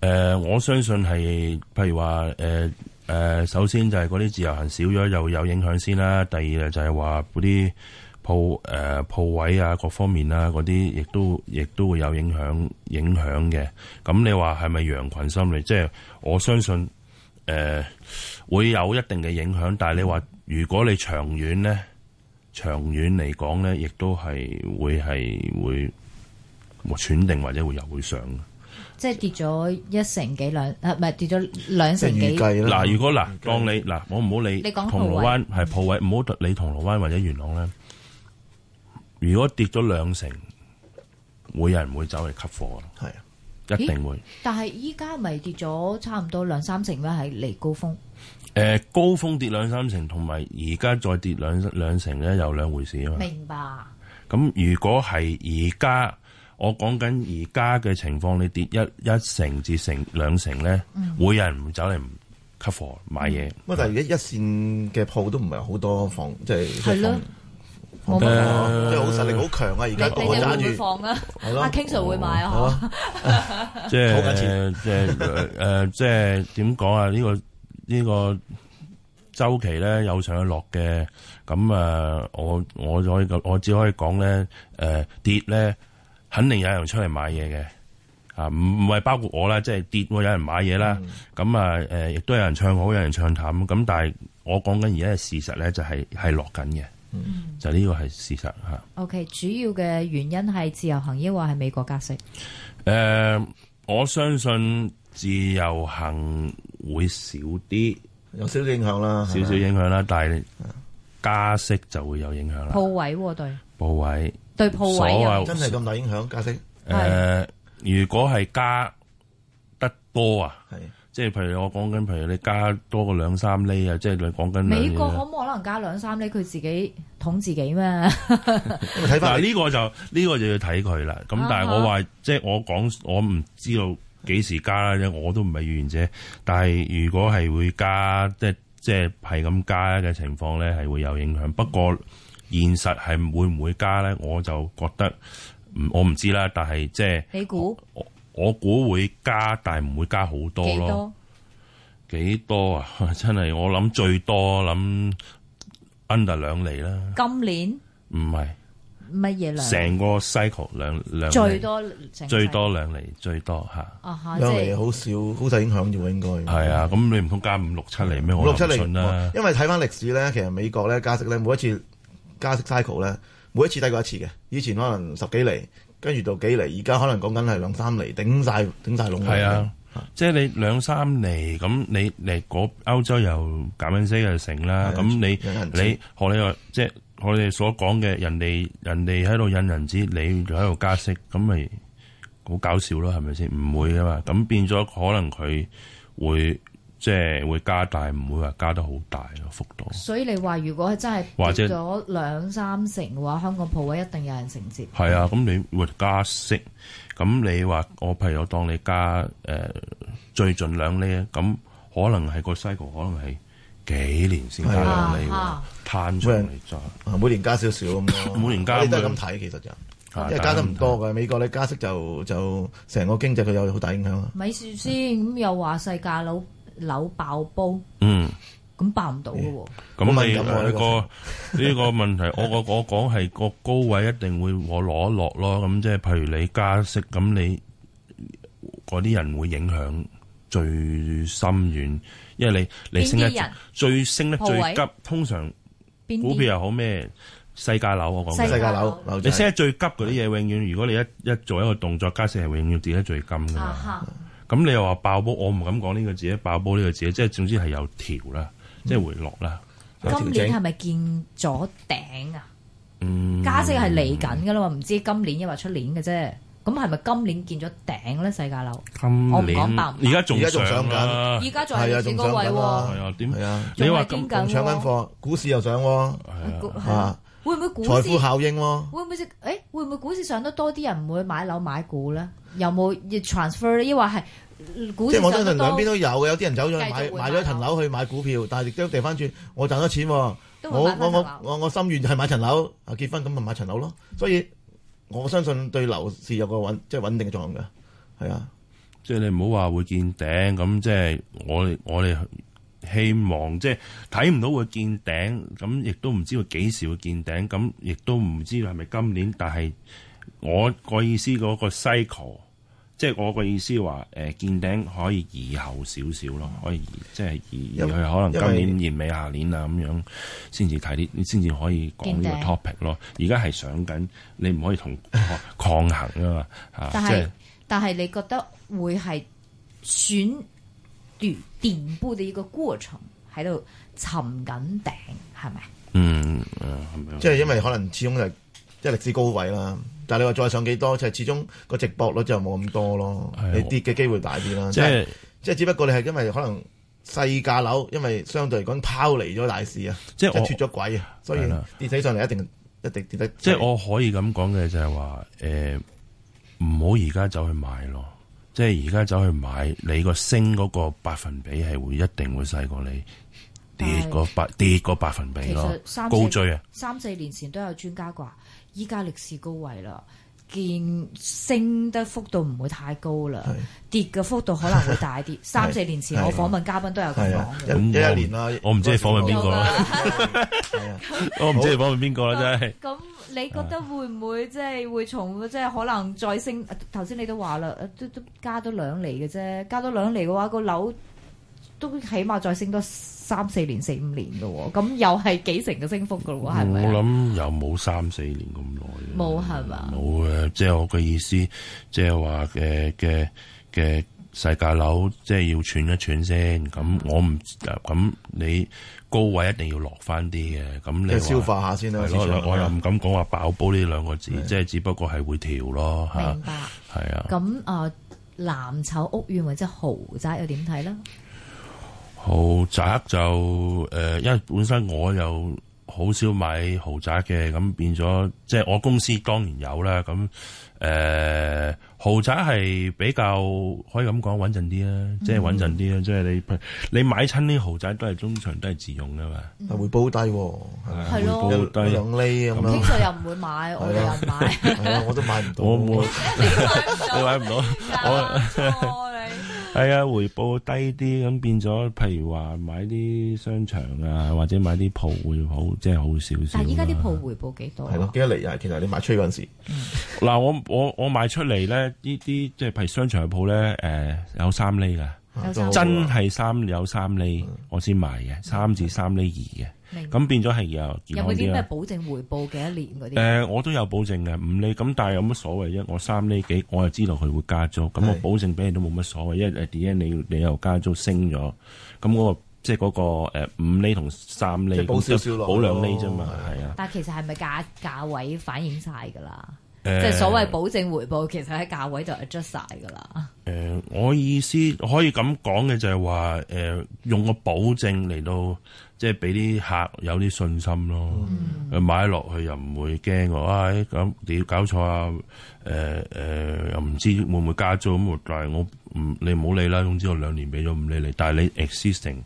B: 誒、呃我相信係譬如話誒誒，首先就係嗰啲自由行少咗又有影響先啦。第二就係話嗰啲鋪誒鋪位啊，各方面啊嗰啲，亦都亦都會有影響影響嘅。咁你話係咪羊群心理？即係我相信誒、呃、會有一定嘅影響，但係你話如果你長遠咧，長遠嚟講咧，亦都係會係會。斷定或者會又會上嘅
C: 即係跌咗一成幾兩，啊唔係跌咗兩
D: 即係
C: 成幾
D: 預。計啦。
B: 嗱，如果嗱，當你嗱，我唔好理
C: 你講
B: 銅鑼
C: 鋪位
B: 灣係鋪位，唔好理銅鑼灣或者元朗咧。如果跌咗兩成，會有人會走嚟吸貨㗎
D: 係啊
B: 一定會。
C: 但係依家咪跌咗差唔多兩三成咩？係離高峰。
B: 誒、高峰跌兩三成，同埋而家再跌兩兩成咧，有兩回事啊嘛。
C: 明白。
B: 咁如果係而家，我講緊而家嘅情況，你跌一一成至成兩成咧，
C: 嗯
B: 會有人會走嚟吸貨買嘢。
D: 乜但係而家一線嘅鋪都唔係好多房，即係即
C: 係
D: 係
C: 咯
D: 房
C: 冇
B: 誒
C: 乜。
D: 即係好實力好強啊！而
C: 你
D: 家個
C: 你
D: 個
C: 哋會
D: 揸
C: 唔會
D: 住
C: 放啊？
D: 係咯
C: 阿 King Sir 會買啊？
D: 係
C: 嗬
D: 咯， *laughs*
B: 即係
D: 好緊
B: 誒即係誒誒即係點講啊？呢、個呢、個周期咧有上有落嘅，咁啊，我我可以咁我只可以講咧誒跌咧，肯定有人出嚟買嘢嘅。啊，唔唔係包括我啦，即係跌喎，有人買嘢啦，
D: 嗯
B: 咁啊誒，亦、都有人唱好，有人唱淡，咁但係我講緊而家嘅事實咧，就係係落緊嘅，
D: 嗯
B: 就呢個係事實啊嚇。
C: OK，主要嘅原因係自由行，抑或係美國加息？
B: 嗯誒、呃我相信自由行會少啲，
D: 有少少影響啦，
B: 少少
D: 係
B: 影響啦，但係加息就會有影響啦
C: 鋪。位喎，對
B: 部位
C: 對鋪位
B: 所
D: 啊
B: 有
C: 啊，
D: 真係咁大影響加息
B: 誒、呃如果係加得多啊，
D: 係
B: 即係譬如我講緊，譬如你加多個兩三厘啊，即係你講緊兩
C: 美
B: 嘢
C: 國
B: 啦
C: 可唔可能加兩三厘？佢自己捅自己咩？
D: 因
C: *laughs*
D: 為睇
B: 嗱
D: 翻
B: 呢個就呢、個就要睇佢啦。
C: 啊
B: 咁但係我話即係我講，我唔知道幾時加啦，因為我都唔係預言者。但係如果係會加，即係即係係咁加嘅情況咧，係會有影響。不過現實係會唔會加咧，我就覺得唔我唔知啦。但係即係
C: 你估
B: 我我估會加，但係唔會加好多
C: 幾
B: 咯。
C: 多？
B: 幾多啊？ *laughs* 真係我諗最多諗 under 兩厘啦，
C: 今年
B: 唔係
C: 乜嘢量？
B: 成個 cycle 兩兩厘
C: 最多成
B: 最多兩厘，最多嚇。
C: 啊哈！即
D: 兩嚟
C: 係
D: 好少，好細影響啫喎，應該
B: 係啊，咁你唔通加五六七厘咩？
D: 嗯五
B: 我
D: 六七哦
B: 就唔
D: 零
B: 信啦，。
D: 因為睇翻歷史咧，其實美國咧加息咧，每一次加息 cycle 咧，每一次低過一次嘅。以前可能十幾厘，跟住到幾厘，而家可能講緊係兩三厘，頂晒頂晒籠。
B: 係啊，即係你兩三厘咁，你你嗰歐洲又減緊息又成
D: 係
B: 啦。
D: 啊
B: 咁你
D: 印銀紙
B: 你學你話，即係我哋所講嘅，人哋人哋喺度印銀紙，你就喺度加息，咁咪好搞笑咯，係咪先？唔會噶
D: 嗯
B: 嘛。咁變咗可能佢會即係會加大，唔會話加得好大咯幅度。
C: 所以你話如果真係
B: 或
C: 跌
B: 者
C: 咗兩三成嘅話，香港鋪位一定有人承接。
B: 係啊，咁你會加息，咁你話我譬如我當你加誒、呃最盡兩厘咧，咁可能係個 cycle 可能係幾年先加
D: 係
B: 兩
C: 啊
B: 厘喎
C: 啊，
B: 攤長嚟揸。
D: 啊每年加少少咁咯，
B: *laughs* 每年加
D: 我哋都係
B: 咁啊
D: 咁睇其實就，因為加得唔多嘅，美國你加息就就成個經濟佢有好大影響啊。
C: 咪住先，咁又話世界樓樓爆煲，
B: 嗯，
C: 咁爆唔到嘅喎。
B: 咁
D: 好
B: 你
D: 敏感
C: 啊
D: 喎
B: 呢
D: 呢個
B: 個呢個問題，我我我講係個高位一定會我攞一落咯。咁即係譬如你加息，咁你嗰啲人會影響最深遠，因為你你升
C: 邊
B: 得
C: 啲人
B: 最升得最
C: 鋪位
B: 急，通常
C: 邊
B: 股
C: 啲
B: 票又好咩世界樓，我講
C: 世
D: 世
B: 緊
C: 界
D: 界樓樓
B: 你升
D: 仔
B: 得最急嗰啲嘢，永遠如果你一一做一個動作加息，係永遠跌得最金噶
C: 啊
B: 嘛。
C: 哈，
B: 咁你又話爆煲，我唔敢講呢個字，啊爆煲呢個字，即係總之係有調啦，
C: 嗯
B: 即係回落啦。
D: 有
C: 今
D: 調
C: 年係
D: 整，
C: 咪見咗頂啊？
B: 嗯，
C: 加息係嚟緊㗎啦嘛，唔知今年抑或出年嘅啫。咁係咪今年見咗頂咧？世界樓
B: 今
C: 我唔
B: 年
C: 講爆唔爆
B: 而家仲
D: 而家仲上緊
B: 啦，
C: 而家仲
D: 係
C: 係
D: 啊
C: 歷史
D: 仲
C: 高
D: 上
C: 位
D: 緊啊
C: 喎，
B: 係啊，點
D: 係啊，
B: 你話
C: 仲係堅
B: 咁
D: 仲
C: 緊
D: 搶緊
C: 喎。
D: 貨，股市又上喎，
B: 係啊，
C: 係
D: 啊
C: 會唔會股
D: 財
C: 市
D: 富效應喎。
C: 會唔會誒、欸？會唔會股市上得多啲人唔會買樓買股咧？有冇 transfer 咧？抑或係嗯股
D: 即
C: 市
D: 係我相
C: 上得
D: 信兩
C: 多
D: 邊都有嘅，有啲人走咗去
C: 繼續啊
D: 買
C: 會
D: 買
C: 買
D: 咗層樓去買股票，但係亦都掉翻轉，我賺咗錢喎，我
C: 都會
D: 我
C: 買翻層
D: 我
C: 樓？
D: 我我心願就係買層樓，啊結婚咁咪買層樓咯。所以我相信對樓市有個穩即係穩定嘅作用嘅，係啊，
B: 即係你唔好話會見頂，咁即係我哋我哋希望即係睇唔到會見頂，咁亦都唔知佢幾時會見頂，咁亦都唔知係咪今年。但係我個意思嗰個 cycle，即係我個意思話誒、呃、見頂可以移後少少咯，可以移即係移移去
D: 因
B: 可能
D: 因為
B: 今年年尾下年啊咁樣先至睇啲，先至可以講
C: 見頂
B: 呢個 topic 咯。而家係上緊，你唔可以同抗衡啊嘛嚇，
C: 但
B: 即係
C: 係。但係你覺得會係選奪頂部嘅一個過程喺度沉緊頂係咪？
B: 嗯誒係咪啊？
D: 即係因為可能始終就係即係歷史高位啦。但係你話再上幾多，就係始終個直播率就冇咁多咯
B: 係，
D: 你
B: 我
D: 跌嘅機會大啲啦。
B: 即係
D: 即係只不過你係因為可能細價樓，因為相對嚟講拋離咗大市啊，即
B: 即係
D: 係
B: 我
D: 脱咗軌啊，所以
B: 係啦
D: 跌起上嚟一定一定跌得。
B: 即係我可以咁講嘅就係話誒，唔好而家走去買咯。即係而家走去買，你個升嗰個百分比係會一定會細過你跌嗰百跌嗰百分比
C: 其
B: 咯
C: 實，三
B: 高
C: 四
B: 追啊！
C: 三四年前都有專家話，依家歷史高位啦，見升得幅度唔會太高啦
D: 係，
C: 跌嘅幅度可能會大啲。三四年前
D: 係
C: 我訪問嘉賓都有咁
D: 係啊
C: 講，
D: 一一
C: 嘅。
B: 咁我唔
D: 一年啊啦，
B: 我唔知你訪問邊個啦，
D: 係啊，
B: 我唔知你講緊邊個啦，真係。
C: 咁你覺得會唔會即係會從即係可能再升？頭先你都話啦，都都加多兩厘嘅啫，加多兩厘嘅話，個樓都起碼再升多三四年、四五年嘅喎。咁又係幾成嘅升幅嘅喎，係咪
B: 我
C: 啊？
B: 諗又冇三四年咁耐嘅。
C: 冇係嘛？
B: 冇嘅，即係我嘅意思，即係話嘅嘅嘅世界樓，即係要喘一喘先。咁我唔咁你高位一定要落翻啲嘅。咁
D: 即係啊
B: 你話
D: 消化下先啦。啊
B: 係
D: 市場
B: 咯，我又唔敢講話爆煲呢兩個字，即係只不過係會調咯吓，
C: 明白。
B: 係啊。
C: 咁啊、呃，藍籌屋苑或者豪宅又點睇咧？
B: 豪宅就誒、呃因為本身我又好少買豪宅嘅，咁變咗即係我公司當然有啦。咁誒、呃豪宅係比較可以咁講穩陣啲啦，
C: 嗯
B: 即係穩陣啲啊啦。即係你你買親啲豪宅都係通常都係自用噶嘛，
D: 係啊會煲低喎，係咪
C: 係咯
B: 回報
D: 一
B: 低。
D: 兩厘咁
C: 經
D: 樣，
C: 常又唔會買，我哋又唔買，
D: 啊 *laughs* 係啊，我都買唔到。
B: 我冇，你
C: 你
B: 買唔
C: *laughs*
B: 到。我
C: 錯你。
B: *laughs* 係啊，回報低啲，咁變咗，譬如話買啲商場啊，或者買啲鋪會好，即係好少少啦。
C: 但係依家啲鋪回報幾多？
D: 係咯，幾多厘啊？其實你買吹嗰陣時，
B: 嗱，我我我賣出嚟咧，呢啲即係譬如商場嘅鋪咧，誒、有三厘嘅，
C: 有
D: 都好啊
B: 真係三有三厘，我先賣嘅，三至三厘二嘅，
C: 明白
B: 咁變咗係有
C: 嗯有
B: 健康
C: 冇啲
B: 啲
C: 咩
B: 啦。
C: 保證回報幾多年嗰
B: 誒、
C: 啲？
B: 我都有保證嘅五厘，咁但係有乜所謂啫？我三厘幾，我又知道佢會加租，咁我
D: 係
B: 保證俾你都冇乜所謂，因為點解你你又加租升咗，咁嗰、個即係嗰、個、誒五厘同三厘，
D: 即係補少少落
B: 保兩厘啫嘛，係啊。
C: 但係其實係咪價價位反映晒㗎啦？
B: 誒
C: 即係所謂保證回報，其實喺價位就 adjust 晒㗎啦。
B: 誒、呃我意思可以咁講嘅就係話，誒、呃用個保證嚟到，即係俾啲客有啲信心咯。誒買落去又唔會驚我啊！哎咁、你要搞錯啊！誒、誒，又唔知會唔會加租咁，但係我唔你唔好理啦。總之我兩年俾咗五厘你，但係你 existing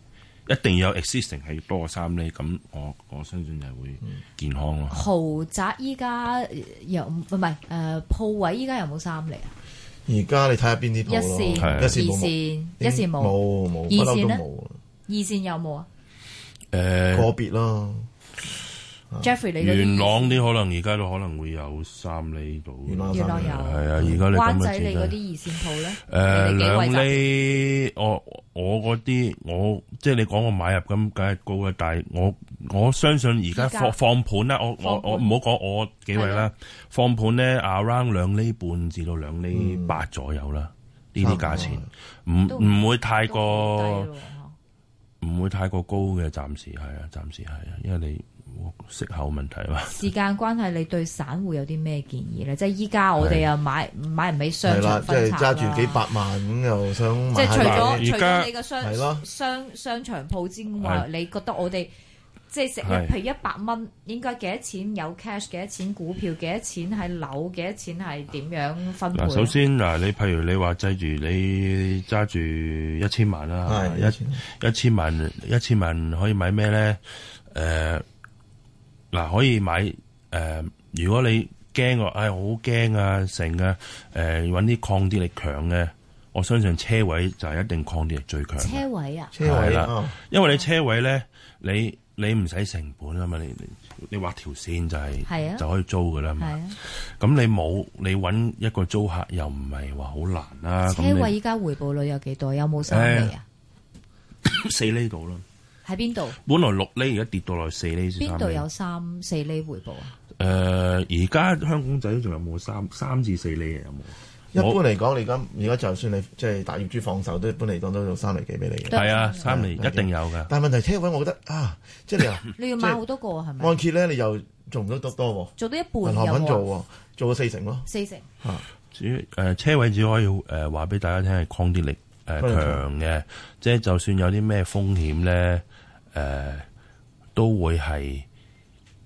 B: 一定要有 existing 係多過三厘，咁我我相信就係會健康咯。
C: 豪宅依家又唔唔係誒鋪位依家有冇三厘啊？
D: 而家你睇下邊啲
C: 一
D: 鋪咯，
C: 線、
B: 係
C: 二
D: 一線冇
C: 線、一線冇，
D: 冇冇，不
C: 二
D: 嬲
C: 線
D: 都
C: 呢
D: 冇，
C: 二線有冇啊
D: 嗯
B: 誒
D: 個別咯。啊
C: ？Jeffrey 你嗰啲
B: 呃元朗啲可能而家都可能會有三厘到，
D: 元朗有
C: 元
D: 三
C: 朗
D: 釐
C: 有，
B: 係啊！而家你咁
C: 灣
B: 嘅
C: 仔你
B: 時
C: 嗰
B: 間
C: 啲二線鋪咧，
B: 誒
C: 你哋幾位
B: 兩
C: 集
B: 厘，我我嗰啲我即係你講我買入咁，梗係高啦。但係我我相信而家
C: 而家
B: 放放盤啦，我我
C: 放盤啊
B: 我唔好講我幾位啦，放盤咧 around 兩厘半至到兩厘
C: 嗯
B: 八左右啦，呢啲價錢唔
C: 都
B: 唔會太
C: 都好
B: 過
C: 低咯嚇
B: 唔會太過高嘅，暫時係啊，暫時係啊，因為你息口問題啊嘛。
C: 時間關係，你對散戶有啲咩建議咧？即係依家我哋又買買唔起
D: 係
C: 商
D: 啦，
C: 場
D: 即係
C: 分拆
D: 揸
C: 啦
D: 住幾百萬咁又想
C: 即
D: 買
C: 係除
D: 下嘢
B: 嗱
C: 咗
B: 而
C: 除
B: 家
C: 咗你嘅
D: 係咯
C: 商商商場鋪之外，
B: 係
C: 你覺得我哋即係食
B: 係
C: 譬如一百蚊，應該幾多錢有 cash，幾多錢股票，幾多錢係樓，幾多錢係點樣分配啊
B: 嗱，
C: 呢？
B: 首先嗱，你譬如你話制住你揸住一千萬啦，
D: 係
B: 一一千萬一千萬可以買咩咧？誒、嗱，可以買誒、如果你驚我，唉、我好驚啊，成啊，誒揾啲抗跌力強嘅，我相信車位就係一定抗跌力最強嘅。
C: 車位啊，
D: 車位
B: 係啦
D: 啊，
B: 因為你車位咧，你你唔使成本啊嘛，你你你畫條線就係、
C: 係啊
B: 就可以租噶啦
C: 係
B: 嘛。
C: 啊，
B: 咁你冇你揾一個租客又唔係話好難啦、啊咁
C: 車位
B: 你
C: 依家回報率有幾多？有冇三厘啊？
B: 四厘度啦，
C: 喺邊度？
B: 本來六厘而家跌到落去四厘先
C: 邊
B: 三
C: 度
B: 厘。
C: 有三四厘回報啊？
B: 誒，而家、香港仔仲有冇三三至四厘啊嘅有冇？
D: 一般嚟講，你咁而家就算你即係大業主放手，都一般嚟講都有三厘幾俾你嘅。
C: 都有
B: 係啊，
C: 三厘
B: 三厘一定有㗎。
D: 但係問題車位，我覺得啊，即係你
B: 嗯
D: 話
C: 你要買好多個啊係咪？
D: 按揭咧，你又做唔到得多
C: 做到一半
D: 喎，銀
C: 有
D: 行肯做
C: 冇啊？
D: 喎，做到四成咯。
C: 四成
B: 主誒、呃、車位只可以誒話俾大家聽係抗跌力誒、呃、
D: 抗跌力
B: 強嘅，即係就算有啲咩風險咧，誒、呃、都會係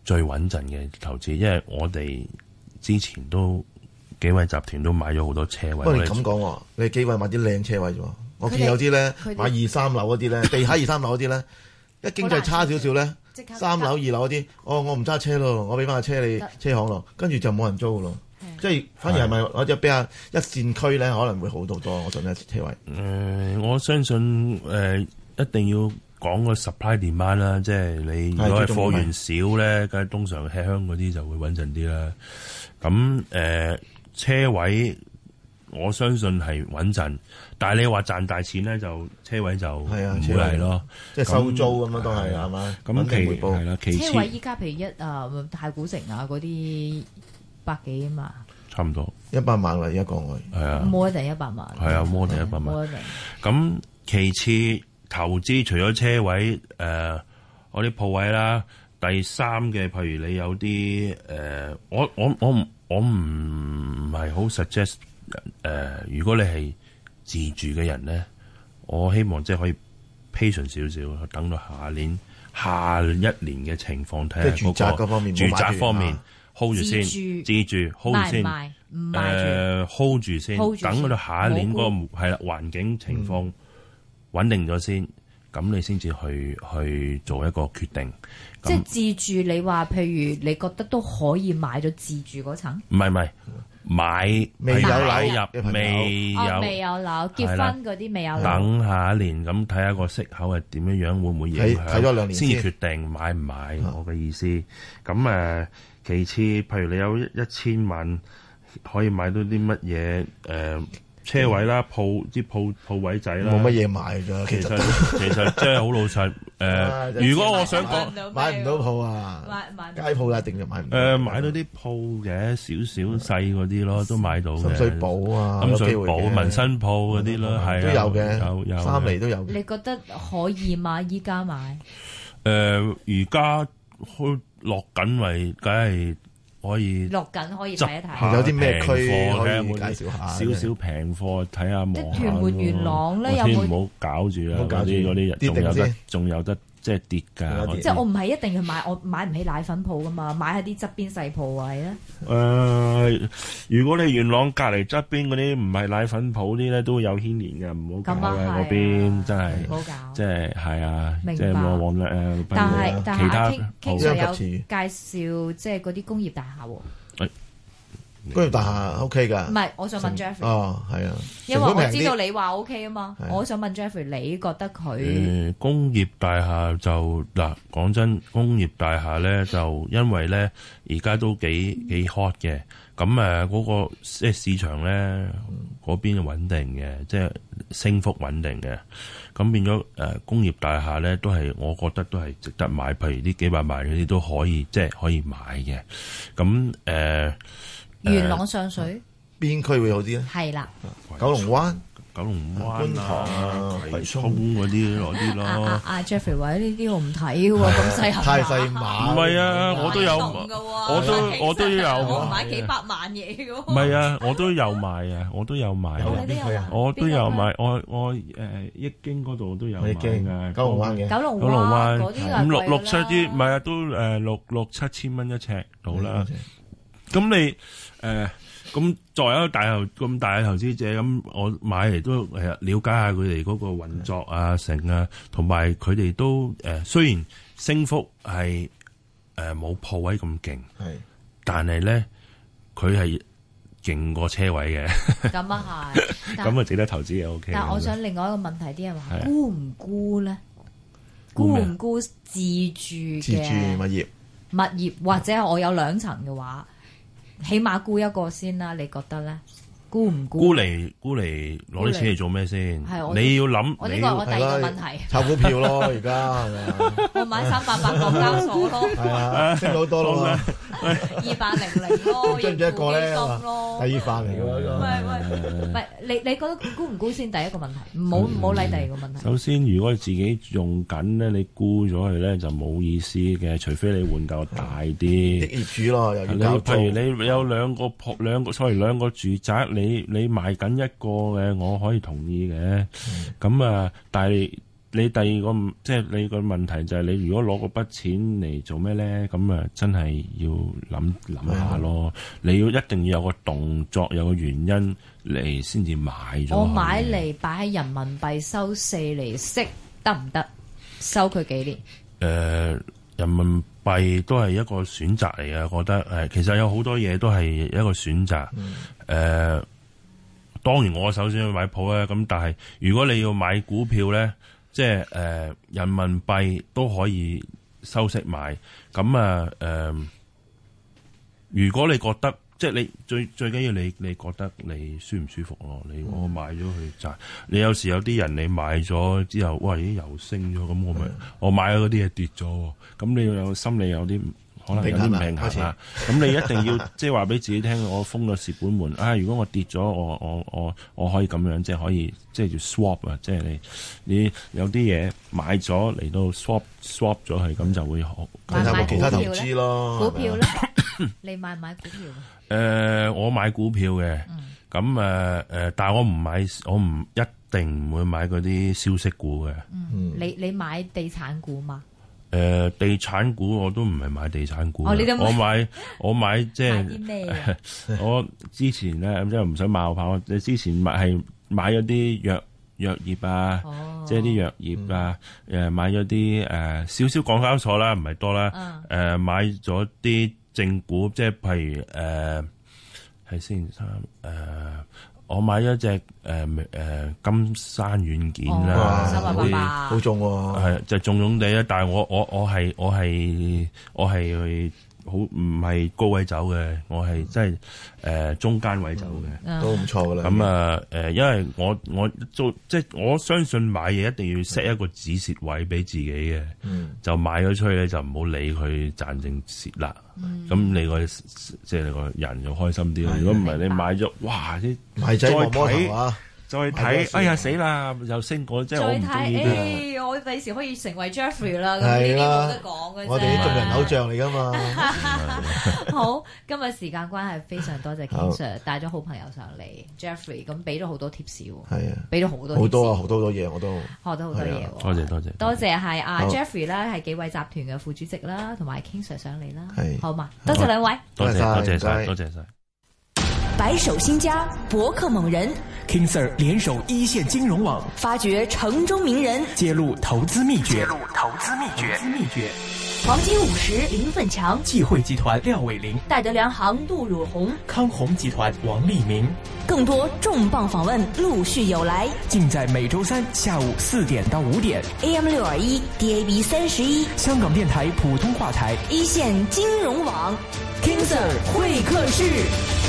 B: 最穩陣嘅投資，因為我哋之前都幾位集團都買咗好多車
D: 不
B: 位，
D: 過你
B: 我哋
D: 咁講喎，你幾位買啲靚車位啫喎？我
C: 佢哋
D: 見有啲咧
C: 佢哋
D: 買二三樓嗰啲咧，地下二三樓嗰啲咧，一經濟差少少咧。
C: 即刻
D: 三樓、二樓嗰啲，哦，我唔揸車咯，我俾翻架車你
C: 得
D: 車行咯，跟住就冇人租咯
C: 係啊。
D: 即係反而係咪我就比較一線區咧，可能會好到多。我覺得車位
B: 誒、呃我相信誒、一定要講個 supply demand 啦，即係你如
D: 係
B: 果係
D: 最重要
B: 貨源少咧，梗係通常吃香嗰啲就會穩陣啲啦。咁誒、車位我相信係穩陣，但係你話賺大錢咧，就車位就唔會
D: 係啊車位
B: 係咯。
D: 即係
B: 咁
D: 收租咁樣都係
B: 係啊
D: 係嘛？
B: 咁
D: 穩定
B: 其
D: 回報
B: 係啦，其
C: 車位
B: 次
C: 依家譬如一啊太古城啊嗰啲百幾啊嘛，
B: 差唔多
D: 一百萬啦，而家港外
B: 係啊，
C: 冇一定一百萬，
B: 係啊，more than 一百萬。
C: 冇一定。
B: 咁其次投資除咗車位，誒、呃我啲鋪位啦，第三嘅譬如你有啲誒、我我我唔我唔係好 suggest 誒、如果你係自住嘅人咧，我希望即係可以 patient 少少，等到下年下一年嘅情況睇
D: 即
B: 下
D: 係住宅
B: 嗰個
D: 嗰方面
B: 住宅方
D: 冇買
B: 面
D: 住啊
B: hold 住先，
C: 自住
B: 自住 hold 住
C: 賣唔
B: 先。
C: 賣？唔
B: 誒、
C: 賣
B: 呃 hold 住先
C: hold，住先嗯
B: 等佢到下一年嗰、個係啦環境情況穩定咗先，咁你先至去去做一個決定。
C: 住，即係自住。你話譬如你覺得都可以買咗自住嗰層，
B: 唔係唔係買
D: 未
B: 譬如
D: 有樓
B: 買
D: 嘅
B: 入
D: 朋友
B: 未
C: 哦未
B: 有，
C: 有樓，結
B: 係啦
C: 婚嗰啲未有樓，
B: 等下一年咁睇下個息口係點樣樣，會唔會影響？
D: 睇睇咗兩年先
B: 先至決定買唔買。
D: 啊
B: 我嘅意思，咁誒、其次，譬如你有一一千萬可以買到啲乜嘢誒車位啦、鋪啲鋪鋪位仔啦，
D: 冇乜嘢買㗎，
B: 其
D: 其
B: 實
D: 實 *laughs*
B: 其實真係好老實誒、
D: 啊就
B: 呃如果我想
C: 買
B: 講
C: 唔到
D: 買唔到鋪啊，
C: 買買
D: 街鋪啦，一定就買唔到。
B: 誒買到啲鋪嘅少少細嗰啲咯，都買到嘅。
D: 深水埗啊，
B: 深
D: 有
B: 水
D: 機會
B: 埗、
D: 嘅嗯
B: 民生鋪嗰啲咯，
E: 嗯
B: 係啊
D: 都有
B: 有有
D: 嘅，三厘都有嘅。
C: 你覺得可以嗎？依家買
B: 誒，而家開落緊為，梗係可以
C: 落緊可以睇一睇。
B: 執下
D: 有啲咩區
B: 平貨
D: 可以
B: 睇下
D: 介紹下
B: 少少平貨睇下望下咯。
C: 即係屯門元朗咧
B: 我先
C: 有冇
B: 唔好搞住啦
D: 唔
B: 啊
D: 好，
B: 嗰
D: 搞住
B: 啲嗰啲
D: 跌
B: 仲有
D: 定
B: 得
D: 先
B: 仲有得即係跌
E: 有
B: 價
E: 一
B: 嗰
E: 啲
B: 啲。
C: 即係我唔係一定要買，我買唔起奶粉鋪噶嘛，買喺啲側邊細鋪位啊。
B: 誒、呃如果你元朗隔離側邊嗰啲唔係奶粉鋪啲咧，都有牽連嘅，唔好搞
C: 咁啊
B: 嘅
C: 係
B: 嗰邊真
C: 唔
B: 係，
C: 好搞。
B: 即係係啊，
C: 明白
B: 即係往往誒，
C: 但
B: 不
C: 係
B: 如
C: 但
B: 其
C: 係
B: 他
C: 阿 King King
B: 鋪
C: Sir
E: 好
C: 有介紹即係嗰啲工業大廈喎，唔
E: 工業大廈 OK 㗎。
C: 係我想問 Jeffrey，
E: 啊哦，係啊，
C: 因為我知
E: 成
C: 道
E: 本平啲
C: 你話 OK 啊嘛，
E: 係
C: 我想問 Jeffrey，你覺得佢
B: 誒工業大廈就嗱，講真，工業大廈咧就因為咧而家都幾幾 hot 嘅，咁誒嗰個即係市場咧嗰邊穩定嘅，即係升幅穩定嘅，咁變咗誒、呃工業大廈咧都係我覺得都係值得買，譬如呢幾百萬嗰啲都可以即係可以買嘅，咁誒、呃
C: 元朗上水
E: 邊區會好啲咧？
C: 係啦，
E: 九龍灣、
B: 九龍
E: 觀
B: 灣
E: 塘啊
B: 啊、、
E: 葵
B: 葵
E: 涌
B: 涌。嗰啲攞啲
C: 啊
B: 咯
C: 啊。啊 Jeffrey 話呢啲我唔睇
B: *laughs*
C: 喎，咁細
E: 哦太
C: 盒
E: 細碼，
B: 唔係啊我都有我都我都有
C: 我唔
E: 買
C: 買幾百萬嘢嘅
B: 唔
C: 喎。
B: 係啊，我都有買啊，我都有買
E: 有
B: 啊
E: 啊，邊區啊？
B: 我都有買，我我誒益經嗰度都有
E: 我
B: 買
E: 哋驚
B: 㗎，
E: 九龍灣嘅。
C: 九龍
B: 九龍
C: 灣
B: 灣
C: 嗰啲係
B: 五六
C: 貴
B: 六七啲，唔係
C: 啦
B: 啊，都誒六六七千蚊一尺
E: 嗯
B: 到啦。咁你誒咁作為一個大投咁大嘅投資者，咁我買嚟都係啊了解下佢哋嗰個運作啊、成啊，同埋佢哋都誒雖然升幅係誒冇鋪位咁勁，
C: 嗯
E: 係
B: 但係咧佢係勁過車位嘅。
C: 咁啊係，但
B: 咁啊，值得投資嘅 OK 嘅。
C: 但我想另外一個問題，啲人話
B: 係啊
C: 估唔估咧？
B: 估
C: 估
B: 咩啊
C: 唔估自住
E: 自住
C: 嘅
E: 物業
C: 物業，或者我有兩層嘅話，起碼估一個先啦。你覺得咧？估唔估？
B: 沽嚟沽嚟攞啲錢嚟做咩先？
C: 係我
B: 你要諗，
C: 我呢
B: 你
C: 個係我
B: 要
C: 第二個問題，
E: 炒股票咯，而家係咪
B: *laughs*
E: 啊？
C: 我買三百八港交所咯，
E: *laughs* 係啊，升到好多咯，
C: 二百零零咯，
E: *laughs* 追唔追一個咧
C: 盈富基金咯。
E: 第二飯嚟㗎
C: 唔
E: 呢
C: 係唔係唔係，你你覺得估唔估先？第一個問題，唔好
E: 嗯
C: 唔好理第二個問題。
B: 首先，如果自己用緊咧，你沽咗佢咧就冇意思嘅，除非你換夠大
E: 個
B: 啲。
E: 益業主咯，又
B: 你
E: 要交租，
B: 譬如你有兩個鋪兩個，sorry 兩個住宅，你你賣緊一個嘅，我可以同意嘅。
E: 嗯
B: 咁啊，但係你第二個唔即係你個問題就係你如果攞嗰筆錢嚟做咩咧？咁啊，真係要諗諗下咯。你要一定要有個動作，有個原因嚟先至買咗
E: 嗯
B: 佢。
C: 我買嚟擺喺人民幣收四厘息得唔得？收佢幾年？
B: 誒、呃人民幣都係一個選擇嚟嘅，我覺得誒、呃其實有好多嘢都係一個選擇。誒、呃當然我首先去買鋪啦，咁但係如果你要買股票咧，即係誒、人民幣都可以收息買。咁啊誒，如果你覺得即係你最最緊要你你覺得你舒唔舒服咯？你
E: 嗯
B: 我買咗佢賺，你有時有啲人你買咗之後，哇咦又升咗，咁我
E: 嗯
B: 咪我買咗嗰啲嘢跌咗喎，咁你要有心理有啲可能有啲唔平
E: 平衡啊開始
B: 衡啊，咁你一
E: *laughs*
B: 定要即係話俾自己聽，我封咗蝕本門啊！如果我跌咗，我我我我可以咁樣，即係可以即係叫 swap 啊，即係你你有啲嘢買咗嚟到 swap swap 咗佢，咁就會好。
E: 睇下有冇其他投
C: 買股
E: 資
C: 票
E: 咯，啊
C: 股票咧， *coughs* 你買唔買股票啊？
B: 誒、呃我買股票嘅，咁誒誒，但係我唔買，我唔一定唔會買嗰啲消息股嘅。誒、
E: 嗯
C: 你你買地產股嘛？
B: 呃地產股我都唔係買地產股嘅，
C: 哦你都買
B: 我
C: *laughs*
B: 買我買即
C: 買
B: 係
C: 啲咩啊？
B: *laughs* 我之前咧，即係唔想冒泡，你之前買係買咗啲藥藥業啊。
C: 哦，
B: 即係啲藥業啊，誒、買咗啲誒少少港交所啦，唔係多啦，誒、呃
C: 嗯
B: 買咗啲正股，即係譬如誒呃係先三誒，我買咗只誒誒呃金山軟件
C: 哦
B: 啦，
C: 三八
B: 嗰
C: 八
B: 啲
C: 八
E: 好中喎，
B: 係就仲用地啦，啊但係我我我係我係我係去好唔係高位走嘅，我係真係誒、中間位走嘅。
E: 都唔錯噶啦。
B: 咁啊，誒，因為我我做即係我相信買嘢一定要 set 一個止蝕位俾自己嘅，
E: 嗯，
B: 就買咗出去咧就唔好理佢賺定蝕啦。咁、你個即係你個人就開心啲咯。如果唔係你買咗，哇！啲
E: 賣仔
B: 再
E: 望摸
B: 睇
E: 頭啊，
B: 再
E: 買多一
B: 睇，
E: 次
B: 哎呀死啦，又升過，即
C: 再
B: 係我唔中意
C: 睇，哎
B: 呢啲。
C: 诶，我第時可以成為 Jeffrey 啦，咁呢
E: 係
C: 啲
E: 啦
C: 冇得講嘅啫
E: 我哋啲眾人啊偶像嚟噶嘛，
C: *laughs* 好，今日時間關係，非常多謝
E: 好
C: King Sir 帶咗好朋友上嚟，Jeffrey 咁俾咗好多 tips 喎，
E: 係啊，
C: 俾咗好多
E: 好多啊，
C: 貼
E: 好多好多嘢我都。
C: 士學到好多嘢喎。
B: 多謝多謝，
C: 多謝係啊
E: 好
C: Jeffrey 啦，係幾位集團嘅副主席啦，同埋 King Sir 上嚟啦
E: 係，
C: 好嘛？多謝兩位。
B: 多謝多謝
E: 唔該
B: 晒，多謝晒。
A: 白手兴家，博客猛人，
F: King Sir 联手一线金融网，
A: 发掘城中名人。
F: 揭露投资秘诀。揭露投资秘诀。秘诀。
A: 黄金五十，林奋强，
F: 际会集团廖伟玲、
A: 戴德梁行，杜汝红，
F: 康宏集团王立明，
A: 更多重磅访问陆续有来。
F: 尽在每周三下午四点到五点，
A: AM 六二一，DAB 三十一，
F: 香港电台普通话台。
A: 一线金融网，King Sir 会客室。